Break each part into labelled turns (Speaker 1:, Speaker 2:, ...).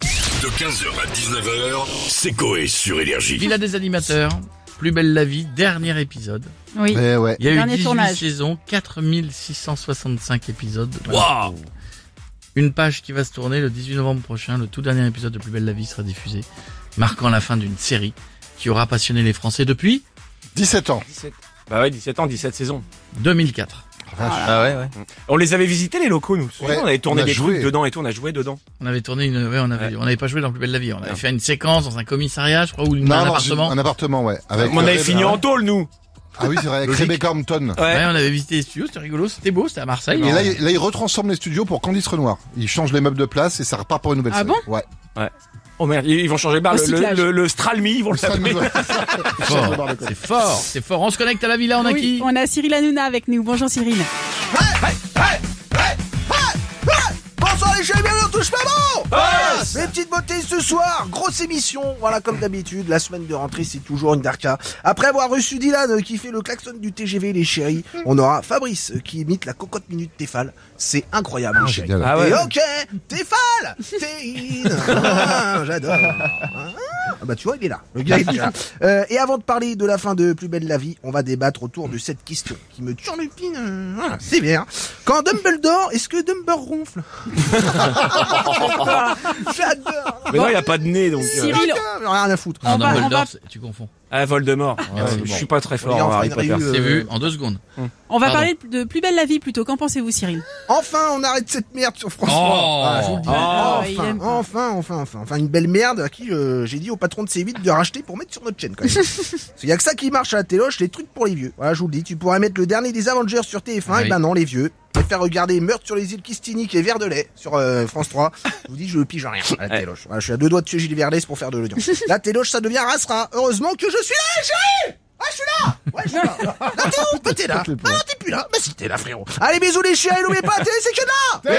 Speaker 1: De 15h à 19h, c'est Coé sur Énergie.
Speaker 2: Villa des animateurs, plus belle la vie, dernier épisode.
Speaker 3: Oui.
Speaker 4: Eh ouais.
Speaker 2: Il y a eu
Speaker 3: Dernier
Speaker 2: 18
Speaker 3: tournage.
Speaker 2: saisons, 4665 épisodes.
Speaker 1: Waouh
Speaker 2: Une page qui va se tourner le 18 novembre prochain, le tout dernier épisode de Plus belle la vie sera diffusé, marquant la fin d'une série qui aura passionné les Français depuis
Speaker 4: 17 ans.
Speaker 5: Bah ouais, 17 ans, 17 saisons.
Speaker 2: 2004.
Speaker 5: Ah ouais, ouais. On les avait visités les locaux, nous.
Speaker 4: Ouais,
Speaker 5: on avait tourné
Speaker 4: on a
Speaker 5: des
Speaker 4: joué.
Speaker 5: trucs dedans et tout, on a joué dedans.
Speaker 2: On avait tourné une, ouais, on avait,
Speaker 5: Ouais.
Speaker 2: on n'avait pas joué dans Plus belle la vie, on avait
Speaker 5: Non.
Speaker 2: fait une séquence dans un commissariat, je crois, ou dans un
Speaker 4: non,
Speaker 2: appartement.
Speaker 4: j'ai- Un appartement, ouais. Avec
Speaker 5: on avait
Speaker 4: euh,
Speaker 5: fini en tôle, nous.
Speaker 4: Ah oui, c'est vrai, avec
Speaker 5: Logique. Ah,
Speaker 4: Rebecca Hampton.
Speaker 2: Ouais. on avait visité les studios, c'était rigolo, c'était beau, c'était à Marseille.
Speaker 4: Et là, il- là, il retransforme les studios pour Candice Renoir. Il change les meubles de place et ça repart pour une nouvelle
Speaker 3: Ah
Speaker 4: série. Ouais.
Speaker 5: Oh merde, ils ils vont changer de bar.
Speaker 3: Au
Speaker 5: Le, le,
Speaker 3: cyclage.
Speaker 5: le, le Stralmi, ils vont le
Speaker 4: Ça
Speaker 5: l'appeler.
Speaker 4: nous-
Speaker 2: C'est fort, c'est fort, c'est fort. On se connecte à la villa, on a
Speaker 3: Oui,
Speaker 2: qui
Speaker 3: on a Cyril Hanouna avec nous. Bonjour Cyril.
Speaker 6: Bonsoir les chéris, bienvenue, on touche pas bon Mes petites beautés ce soir, grosse émission, voilà comme d'habitude, la semaine de rentrée c'est toujours une darka. Après avoir reçu Dylan euh, qui fait le klaxon du TGV les chéris, on aura Fabrice euh, qui imite la cocotte minute Tefal, c'est incroyable les chéris.
Speaker 4: Génial.
Speaker 5: Ah ouais.
Speaker 6: Et ok, Tefal Téine Ah, J'adore ah bah tu vois il est là, le gars il est là. Euh, et avant de parler de la fin de Plus belle la vie, on va débattre autour de cette question qui me turlupine, euh, voilà, c'est bien. Quand Dumbledore, est-ce que Dumbledore ronfle J'adore.
Speaker 5: Mais non, il n'y a pas de nez, donc. euh,
Speaker 3: Cyril,
Speaker 6: J'en ai rien à foutre.
Speaker 2: Non,
Speaker 3: On va- on
Speaker 2: Dumbledore,
Speaker 3: va-
Speaker 2: c'est- tu confonds.
Speaker 5: Ah, Voldemort.
Speaker 4: Ouais,
Speaker 5: je
Speaker 4: bon.
Speaker 5: suis pas très fort
Speaker 6: Les
Speaker 5: en
Speaker 6: enfants,
Speaker 5: Harry
Speaker 6: ils
Speaker 5: Potter.
Speaker 6: arrivent, euh,
Speaker 2: C'est vu en deux secondes.
Speaker 3: on va
Speaker 2: Pardon.
Speaker 3: parler de Plus belle la vie plutôt. Qu'en pensez-vous Cyril
Speaker 6: Enfin, on arrête cette merde sur France
Speaker 2: Oh.
Speaker 6: 3. Ah, je vous le dis.
Speaker 5: Oh.
Speaker 3: Ah, il
Speaker 6: Enfin,
Speaker 3: aime pas.
Speaker 6: enfin, enfin, enfin, enfin, une belle merde à qui euh, j'ai dit au patron de C8 de racheter pour mettre sur notre chaîne quand même. Parce qu'il y a que ça qui marche à la téloche, les trucs pour les vieux. Voilà, je vous le dis, tu pourrais mettre le dernier des Avengers sur TF1,
Speaker 2: Oui.
Speaker 6: et ben non, les vieux. Et faire regarder Meurtre sur les îles Kistinik et Verdelet sur euh, France 3. Je vous dis, je pige rien à la
Speaker 5: Ouais.
Speaker 6: téloche. Voilà, je suis à deux doigts de tuer Gilles Verlès pour faire de l'audience. la téloche, ça devient rassera. Heureusement que je suis là, les chéris Ah, je suis là Ouais, je suis là Là, t'es où Toi, t'es là Ah, non, t'es plus là Bah si, t'es là, frérot Allez, bisous les chéris, n'oubliez pas, la télé, c'est que là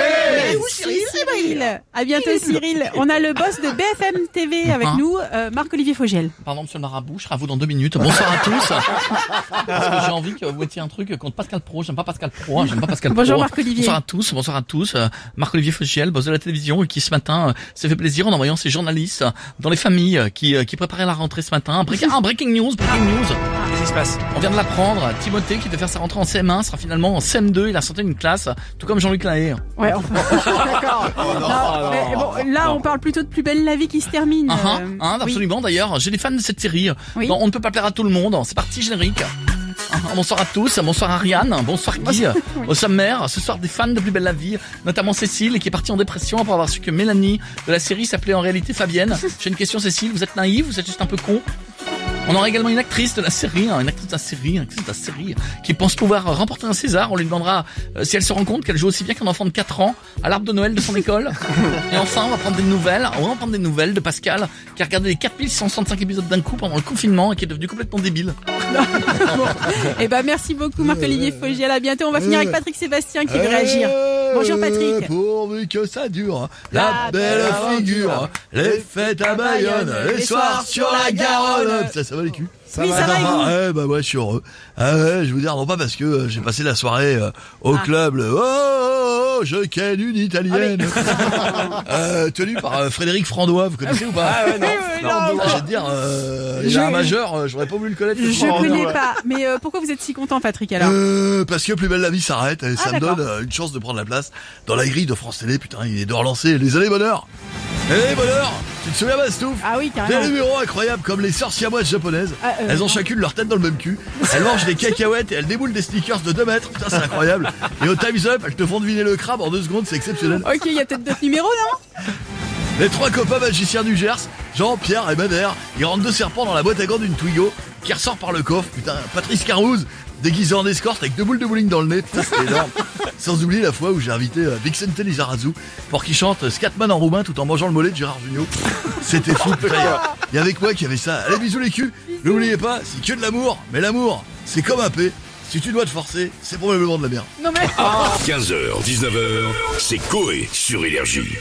Speaker 6: Mais où, Cyril Eh ben, il est là.
Speaker 3: Cyril, à bientôt Cyril. On a le boss de BFM TV avec
Speaker 2: Hein
Speaker 3: nous, euh, Marc-Olivier Fogiel.
Speaker 2: Pardon, monsieur le marabout, je serai à vous dans deux minutes. Bonsoir à tous. Parce que j'ai envie que vous mettiez un truc contre Pascal Pro. J'aime pas Pascal Pro. hein, J'aime pas Pascal Pro.
Speaker 3: Bonjour, Marc-Olivier.
Speaker 2: Bonsoir à tous. Bonsoir à tous. Euh, Marc-Olivier Fogiel, boss de la télévision, qui ce matin euh, s'est fait plaisir en envoyant ses journalistes euh, dans les familles euh, qui, euh, qui préparaient la rentrée ce matin. Break- ah, breaking news, breaking news.
Speaker 5: Qu'est-ce qui se passe
Speaker 2: On vient de l'apprendre. Timothée, qui devait faire sa rentrée en CM1, sera finalement en CM2. Il a sorti une classe, tout comme Jean-Luc Lahaye.
Speaker 3: Ouais, enfin, d'accord. Non,
Speaker 5: non,
Speaker 3: mais bon, là,
Speaker 5: non.
Speaker 3: on parle plutôt de Plus belle la vie qui se termine.
Speaker 2: Ah, ah,
Speaker 3: euh,
Speaker 2: ah,
Speaker 3: oui.
Speaker 2: absolument d'ailleurs. J'ai des fans de cette série.
Speaker 3: Oui.
Speaker 2: Non, on ne peut pas plaire à tout le monde. hein. C'est parti générique. Ah, ah, Bonsoir à tous, bonsoir Ariane, bonsoir Guy. Au sommaire, ce soir des fans de Plus Belle la Vie, notamment Cécile qui est partie en dépression pour avoir su que Mélanie de la série s'appelait en réalité Fabienne. J'ai une question Cécile, vous êtes naïve, vous êtes juste un peu con on aura également une actrice de la série, hein, une actrice de la série, une actrice de la série, qui pense pouvoir remporter un César. On lui demandera euh, si elle se rend compte qu'elle joue aussi bien qu'un enfant de 4 ans à l'arbre de Noël de son école. Et enfin, on va prendre des nouvelles, on va prendre des nouvelles de Pascal, qui a regardé les 4665 épisodes d'un coup pendant le confinement et qui est devenu complètement débile.
Speaker 3: Eh ben, merci beaucoup Marc-Olivier Fogiel. À bientôt. On va finir avec Patrick Sébastien qui veut réagir.
Speaker 7: Euh,
Speaker 3: Bonjour, Patrick.
Speaker 2: Pourvu que ça
Speaker 7: hein.
Speaker 2: dure,
Speaker 3: la belle
Speaker 2: figure, les fêtes à
Speaker 3: Bayonne, les soirs sur la Garonne.
Speaker 2: Ça, ça va les culs
Speaker 3: oui, ça va et vous
Speaker 7: Ouais, bah ouais, je suis heureux. Ah ouais, je vous dire, non pas parce que euh, j'ai passé la soirée euh, au
Speaker 3: Ah.
Speaker 7: club, le- oh, oh, oh, je ken une italienne, Euh, tenue par euh, Frédéric Frandois, vous connaissez ou pas
Speaker 5: Ah ouais, non.
Speaker 3: oui,
Speaker 5: non.
Speaker 7: Ah, Je vais te dire, euh, il
Speaker 3: Je-
Speaker 7: a un majeur, euh, j'aurais pas voulu le connaître.
Speaker 3: Je
Speaker 7: Frandois.
Speaker 3: connais pas. Mais euh, pourquoi vous êtes si content, Patrick, alors Ah,
Speaker 7: Euh, parce que plus belle la vie s'arrête et ça me
Speaker 3: d'accord.
Speaker 7: donne euh, une chance de prendre la place dans la grille de France Télé. Putain, il est de relancer les années bonheur. Les années bonheur, tu te souviens Bastouf
Speaker 3: Ah oui,
Speaker 7: Des
Speaker 3: carrément.
Speaker 7: numéros incroyables comme les sorcières moisses japonaises.
Speaker 3: Ah, euh,
Speaker 7: elles ont
Speaker 3: non.
Speaker 7: chacune leur tête dans le même cul. Elles mangent des cacahuètes et elles déboulent des sneakers de 2 mètres. Putain, c'est incroyable. Et au Time's Up, elles te font deviner le crabe en 2 secondes, c'est exceptionnel.
Speaker 3: Ok, il y a peut-être d'autres numéros, non
Speaker 7: Les trois copains magiciens du Gers, Jean, Pierre et Madère, ils rentrent deux serpents dans la boîte à gants d'une Twigo qui ressort par le coffre. Putain, Patrice Carouse, déguisé en escorte avec deux boules de bowling dans le nez. Putain, c'était énorme. Sans oublier la fois où j'ai invité euh, Vixente Lizarazu pour qu'il chante Scatman en roumain tout en mangeant le mollet de Gérard Jugnot. C'était fou. putain, Il y avait quoi qui avait ça Allez, bisous les culs. N'oubliez pas, c'est que de l'amour. Mais l'amour, c'est comme un P. Si tu dois te forcer, c'est probablement de la merde.
Speaker 3: Non, mais.
Speaker 1: 15h, 19h, c'est Coé sur Énergie.